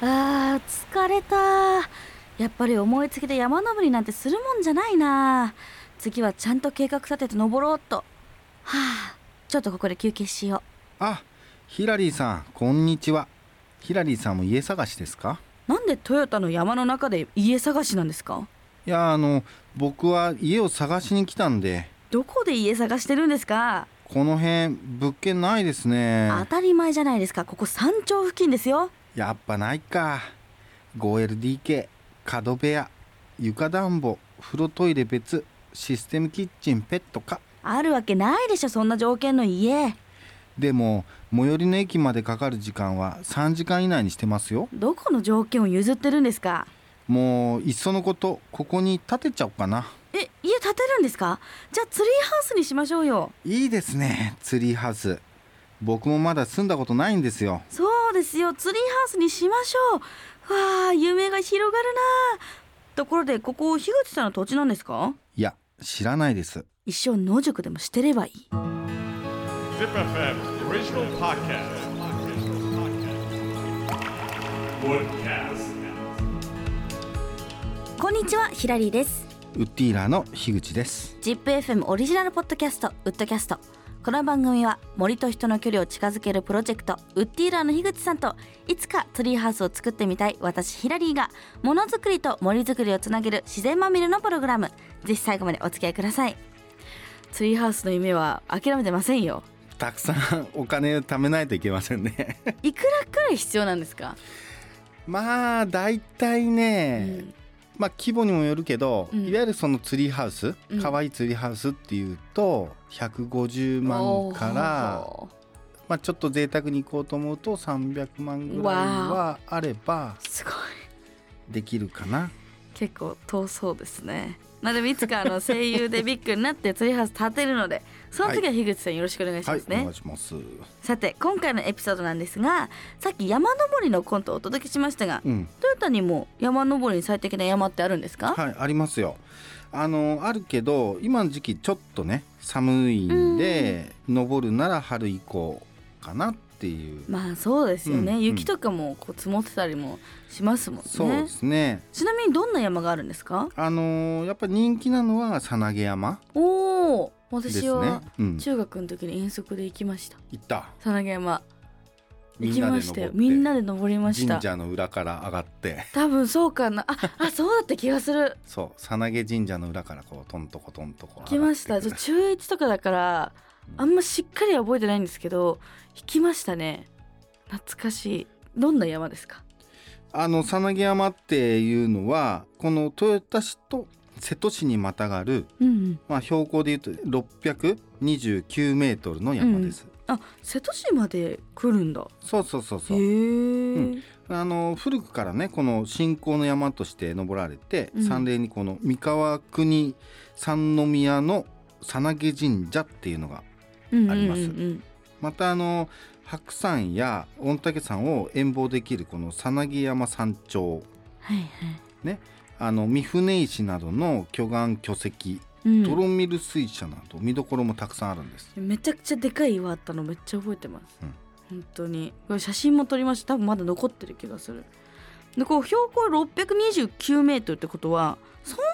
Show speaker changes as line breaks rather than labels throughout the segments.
あ疲れたやっぱり思いつきで山登りなんてするもんじゃないな次はちゃんと計画立てて登ろうっとはあちょっとここで休憩しよ
あヒラリーさんこんにちはヒラリーさんも家探しですか
うなんでトヨタの山の中で家探しなんですか
いやあの僕は家を探しに来たんで
どこで家探してるんですか
この辺物件ないですね
当たり前じゃないですかここ山頂付近ですよ
やっぱないか 5LDK 角部屋床暖房風呂トイレ別システムキッチンペットか
あるわけないでしょそんな条件の家
でも最寄りの駅までかかる時間は3時間以内にしてますよ
どこの条件を譲ってるんですか
もういっそのことここに建てちゃおうかな
え家建てるんですかじゃあツリーハウスにしましょうよ
いいですねツリーハウス僕もまだ住んだことないんですよ
そうですよツリーハウスにしましょうわあ夢が広がるなあところでここ樋口さんの土地なんですか
いや知らないです
一生野宿でもしてればいい
Zip FM original podcast. Woodcast.
こんにちはひらりです
ウッディーラーの樋口です
ZIPFM オリジナルポッドキャストウッドキャストこの番組は森と人の距離を近づけるプロジェクトウッディーラーの樋口さんといつかツリーハウスを作ってみたい私ヒラリーがものづくりと森づくりをつなげる自然まみれのプログラムぜひ最後までお付き合いくださいツリーハウスの夢は諦めてませんよ
たくさんお金を貯めないといけませんね
いくらくらい必要なんですか、
まあ大体
う
ね、
ん
まあ規模にもよるけど、
うん
いわゆるそのツリーハウス
うん
可愛いツリーハウスっていうと150万から、
おー
まあ、ちょっと贅沢に行こうと思うと300万ぐらいはあれば
すごい
できるかな
結構遠そうですねまあでもいつかあの声優でビッグになってツリーハウス建てるのでその時は樋口さんよろしくお願いし
は
ま
い
す
お
ね、
願いします
さて今回のエピソードなんですがさっき山登りのコントをお届けしましたが
うん
トヨタにも山登りに最適な山ってあるんですか、
はいありますよあのあるけど今の時期ちょっとね寒いんで、登るなら春以降かなっていう、
まあそうですよね、
うん
雪とかもこう積もってたりもしますも
そうんで
ね
すね
ちなみにどんな山があるんですか
あのーやっぱり人気なのはさなげ山
おお
です
私
ね
は。
うん、
中学の時に遠足で行きました
行った。
佐賀山行
み
き
んな
ま
で
した
登
よ
って
みんなで登りました
神社の裏から上がって、
多分そうかなああそうだった気がす る
そう、さなげ神社の裏からこうトントコトントコ上がってく
来
る。
ましたちょ中1とかだからあんましっかりは覚えてないんですけど弾きましたね懐かしいどんな山ですか
あのさなげ山っていうのはこの豊田市と瀬戸市にまたがる、
うん、うん、
まあ標高でいうと629メートルの山です。
あ瀬戸市まで来るんだ
そうそうそう
へ
そう。
え、
んあの古くからねこの信仰の山として登られて、
うん
山霊にこの三河国三宮のさなげ神社っていうのが
うんうんうんうん
ありますまたあの白山や御嶽山を遠望できるこのさなぎ山山頂
はいはい、
あの三船石などの巨岩巨石
うん
ドロミル水車など見どころもたくさんあるんです、
めちゃくちゃでかい岩あったのめっちゃ覚えてます、
うん
本当にこれ写真も撮りました多分まだ残ってる気がするでこう標高629メートルってことはそんなに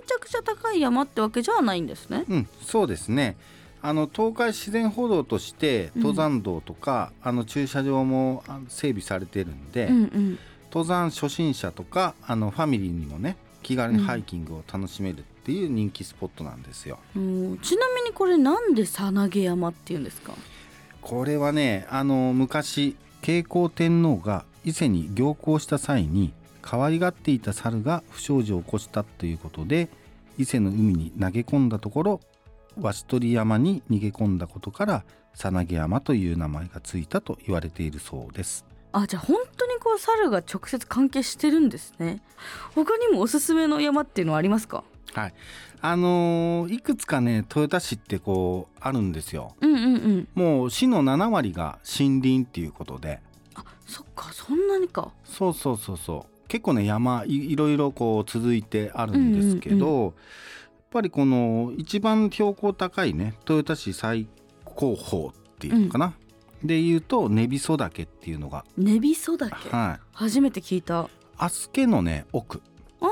めちゃくちゃ高い山ってわけじゃないんですね
うん、そうですねあの東海自然歩道として登山道とか、あの駐車場もあの整備されてるんで、
うんうん
登山初心者とかあのファミリーにもね気軽にハイキングを楽しめるっていう人気スポットなんですよ。
うんちなみにこれなんでさなげ山っていうんですか
これはねあの昔慶光天皇が伊勢に行幸した際に可愛がっていた猿が不祥事を起こしたということで伊勢の海に投げ込んだところ鷲取山に逃げ込んだことからさなげ山という名前がついたと言われているそうです。
あじゃあ本当にこう猿が直接関係してるんですね他にもおすすめの山っていうのはありますか
はい、あのーいくつかね豊田市ってこうあるんですよ。
うんうんうん
もう市の7割が森林っていうことで
あそっかそんなにか
そうそうそうそう結構ね山いいろいろこう続いてあるんですけど、
うん
やっぱりこの一番標高高いね豊田市最高峰っていうのかな、で言うとネビソダケっていうのが、
ネビソだけ
はい、
初めて聞いた
アスケのね奥、
あ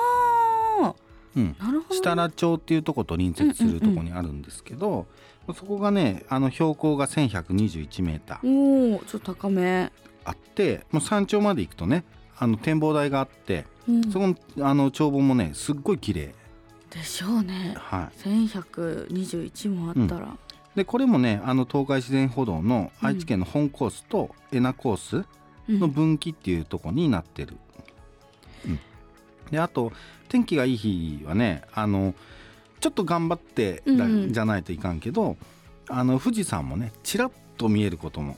ー
うん、
なるほど
設楽町っていうとこと隣接するとこにあるんですけど、そこがねあの標高が1 1 2 1メーター
おおちょっと高め、
あってもう山頂まで行くとねあの展望台があって
うん、
そこのあの眺望もねすっごい綺麗
でしょうね
は
1121もあったら、
いでこれもねあの東海自然歩道の愛知県の本コースと恵那コース
うん
の分岐っていうとこになってる、うんであと天気がいい日はねあのちょっと頑張ってだ
うんうん
じゃないといかんけど、あの富士山もねちらっと見えることも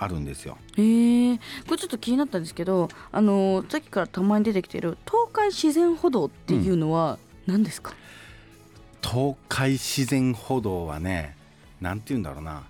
あるんですよ
えー、これちょっと気になったんですけどあのーさっきからたまに出てきてる東海自然歩道っていうのは何ですか、
東海自然歩道はねなんて言うんだろうな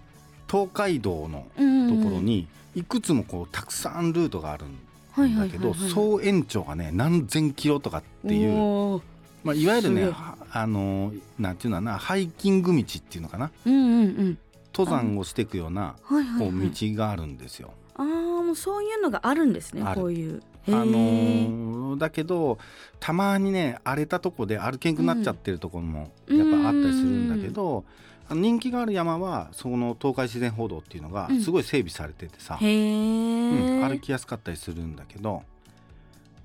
東海道の
うん
と
うん
ころにいくつもこうたくさんルートがあるん
はいは
だ
いはい
けど
はい
総延長がね何千キロとかっていう、
おー
まあ、いわゆるね
すごい
はあのなんていうのかなハイキング道っていうのかな
うんうんうん
登山をしていくような
はいはい、
こ
は
う
い
道、があるんですよ。
ああもうそういうのがあるんですね
ある
こういう
あのーだけどたまにね荒れたとこで歩けんくなっちゃってるところもやっぱあったりするんだけど、あの人気がある山はその東海自然歩道っていうのが
うん
すごい整備されててさ、
へえ、
うん歩きやすかったりするんだけど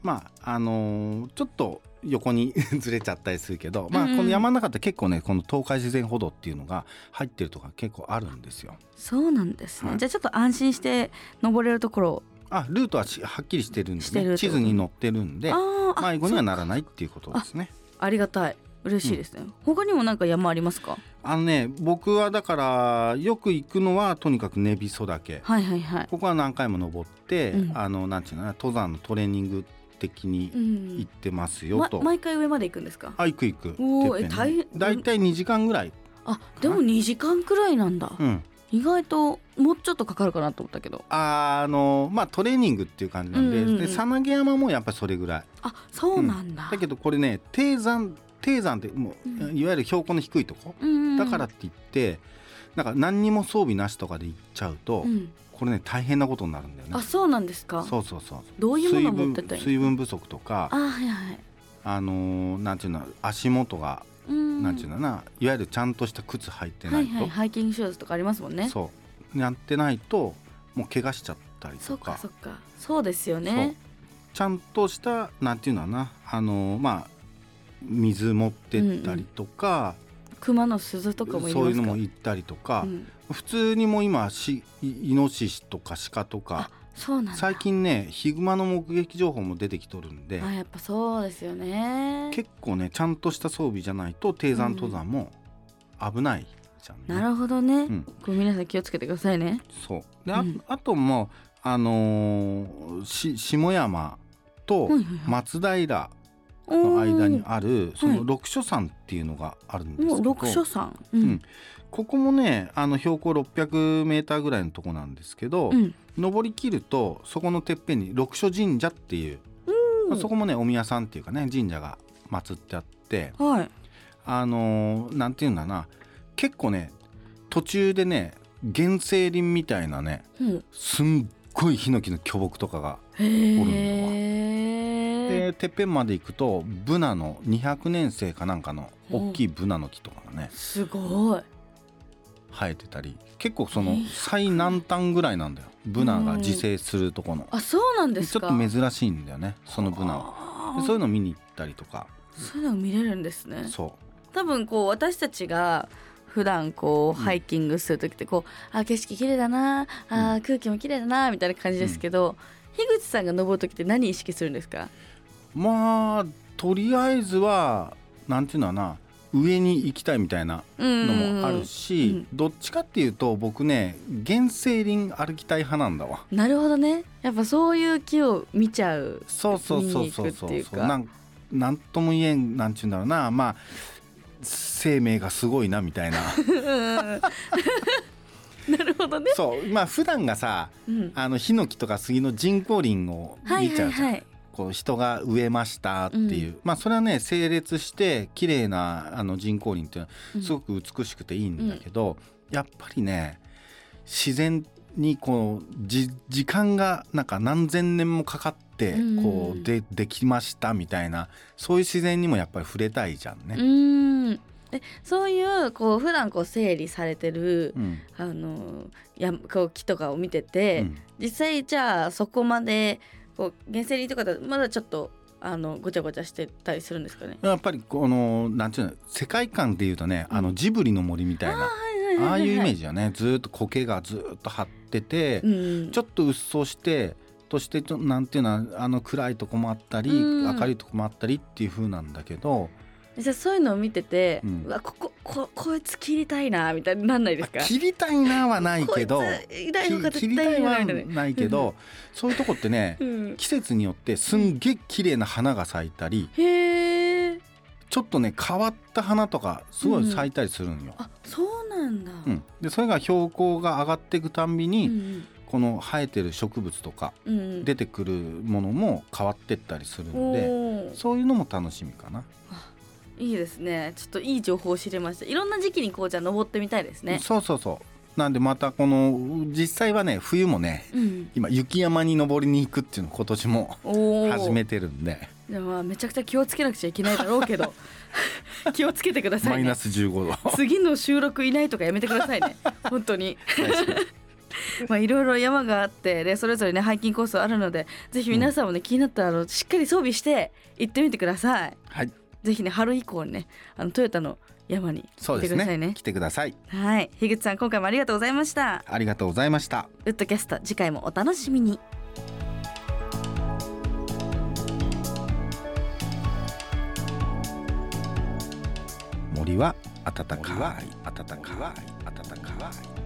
まああのーちょっと横に ずれちゃったりするけど、まあ、
うんうん
この山の中って結構ねこの東海自然歩道っていうのが入ってるとか結構あるんですよ。
そうなんですね、
はい
じゃあちょっと安心して登れるところ
あルートはしはっきりしてるんで、
してるってこと
ね、地図に載ってるんで
あーあ
迷子にはならないっていうことですね。
ありがたい嬉しいですね、他にもなんか山ありますか
あのね僕はだからよく行くのはとにかくネビソだけ
はいはいはい、
ここは何回も登って、
うん
あのなんていうのかな登山のトレーニング的
う
に行っ
ん
てますよ
ま
と、、
毎回上まで行くんですか
あ行く行く
おー
て
え
っぺん
大
ね
変
大体2時間ぐらい、
あでも2時間くらいなんだ、
うん、
意外ともうちょっとかかるかなと思ったけど
あのまあトレーニングっていう感じなんで,、
うんうんうん
でさなげ山もやっぱりそれぐらい
あそうなんだ、
だけどこれね低山低山ってもう、
うん
いわゆる標高の低いとこ
うんうんうん
だからって言ってなんか何にも装備なしとかで行っちゃうと、
うん
これね大変なことになるんだよね
あそうなんですか
そうそうそう
どういうものを持ってったらいい
水分水分不足とか
あ
あ
はいはい
のーなんていうの足元が、
うん
なんていうのかないわゆるちゃんとした靴履いてな
はいい
と、
はいハイキングシューズとかありますもんねそ
そうやってないともう怪我しちゃったりと
っか
か
そっかそうですよね
ちゃんとしたなんていうのかなあのーまあ水持ってったりとか、
熊の鈴とかもいり
そう
ま
いう
す
の
か
も行ったりとか、
うん
普通にもう今しイイノシシとか鹿とか
あそうなんだ
最近ねヒグマの目撃情報も出てきとるんで
あやっぱそうですよね
結構ねちゃんとした装備じゃないと低山登山も危ないじゃんね。
なるほどね、
うん
こう皆さん気をつけてくださいね
そうであ,、
うん
あともう、あのーし下山と
はいはいはい
松平
お
の
ー
間にあるそ
は
の
い
六所山っていうのがあるんです
も
け
う
ど、
六所さん、う
うんここもねあの標高600メーターぐらいのとこなんですけど、
うん
登りきるとそこのてっぺんに六所神社っていう、まあそこもねお宮さんっていうかね神社が祀ってあって。
はい
あのーなんていうんだな結構ね途中でね原生林みたいなね
うん
すんごいヒノキの巨木とかが、
へえ
でてっぺんまで行くとブナの200年生かなんかの
うん
大きいブナの木とかがね
すごい
生えてたり結構その
200
最南端ぐらいなんだよブナが自生するとこの
あそうなん
ち
です
ょっ
か
と珍しいんだよねそのブナは
あ
で
ー
そういうの見に行ったりとか
そういうのが見れるんですね
そ
多分こう私たちが普段こうハイキングする時ってこう、あ景色綺麗だなあー、空気も綺麗だなみたいな感じですけど、樋口さんが登る時って何意識するんですか
うまあとりあえずはなんていうのかな上に行きたいみたいな
うん
のもあるし、
うん
どっちかっていうと僕ね原生林歩きたい派なんだわ
なるほどねやっぱそういう木を見ちゃう
そうそうそうそう
見に行く
そ
っ
う
ていう
そ
か
うなんなんとも言えんなんちゅうんだろうなまあ生命がすごいな みたいな
なるほどね、
そうまあ普段がさ
うん、
あのヒノキとか杉の人工林を
はい
見ち
はい
ゃ
う
じゃん、
はい
こう人が植えましたっていう、まあそれはね整列して綺麗なあの人工林っていうのはすごく美しくていいんだけど、やっぱりね自然にこうじ時間がなんか何千年もかかって
うん
こうでできましたみたいなそういう自然にもやっぱり触れたいじゃん
う
ね。
ーんえそういうこう普段こう整理されてる、
うん
あのやこう木とかを見てて、
うん
実際じゃあそこまでこう原生林とかだとまだちょっとあのごちゃごちゃしてたりするんですかね。
やっぱりこのなんていうの世界観でいうとね、
うん
あのジブリの森みたいな
はい
ああいうイメー
ジ。
ジよねずーっと苔がずーっと張ってて、
うん、
ちょっと鬱蒼してとしてちょなんていうのはあの暗いとこもあったり、
うん
明るいとこもあったりっていう風なんだけど
実際そういうのを見てて、
う
うんわここここいつ切りたいなみたいになんないですか。
切りたいなはないけど
こいついない方が
き
絶
切りた
対い
い
いな
は
みたいな。
ないけどそういうとこってね
うん、
季節によってすんげえ綺麗な花が咲いたり
へえ。
ちょっとね変わった花とかすごい咲いたりするんよ。
あそうなんだ。
うんでそれが標高が上がっていくたんびに、
うん
この生えてる植物とか
うんうん、
出てくるものも変わってったりするん
お
で
ー
そういうのも楽しみかな。
いいですね。ちょっといい情報を知れました。いろんな時期にこうじゃあ登ってみたいですね。
そうそうそうなんでまたこの実際はね冬もね
うん。
今雪山に登りに行くっていうの今年も
おお。
始めてるんで、
でもまあめちゃくちゃ気をつけなくちゃいけないだろうけ ど気をつけてくださ
マ
い
イ
ね
ナ。ス15度。
次の収録いないとかやめてくださいね。本当に。まあいろいろ山があってでそれぞれねハイキングコースあるのでぜひ皆さんもね、気になったらあのしっかり装備して行ってみてください。
はい、
ぜひね春以降にねあのトヨタの山に
そ
行
う
って
です
くださいね
ね。来てください。
はい樋口さん今回もありがとうございました
ありがとうございました。
ウッドキャスト次回もお楽しみに
森は暖かい、暖かい、暖かい。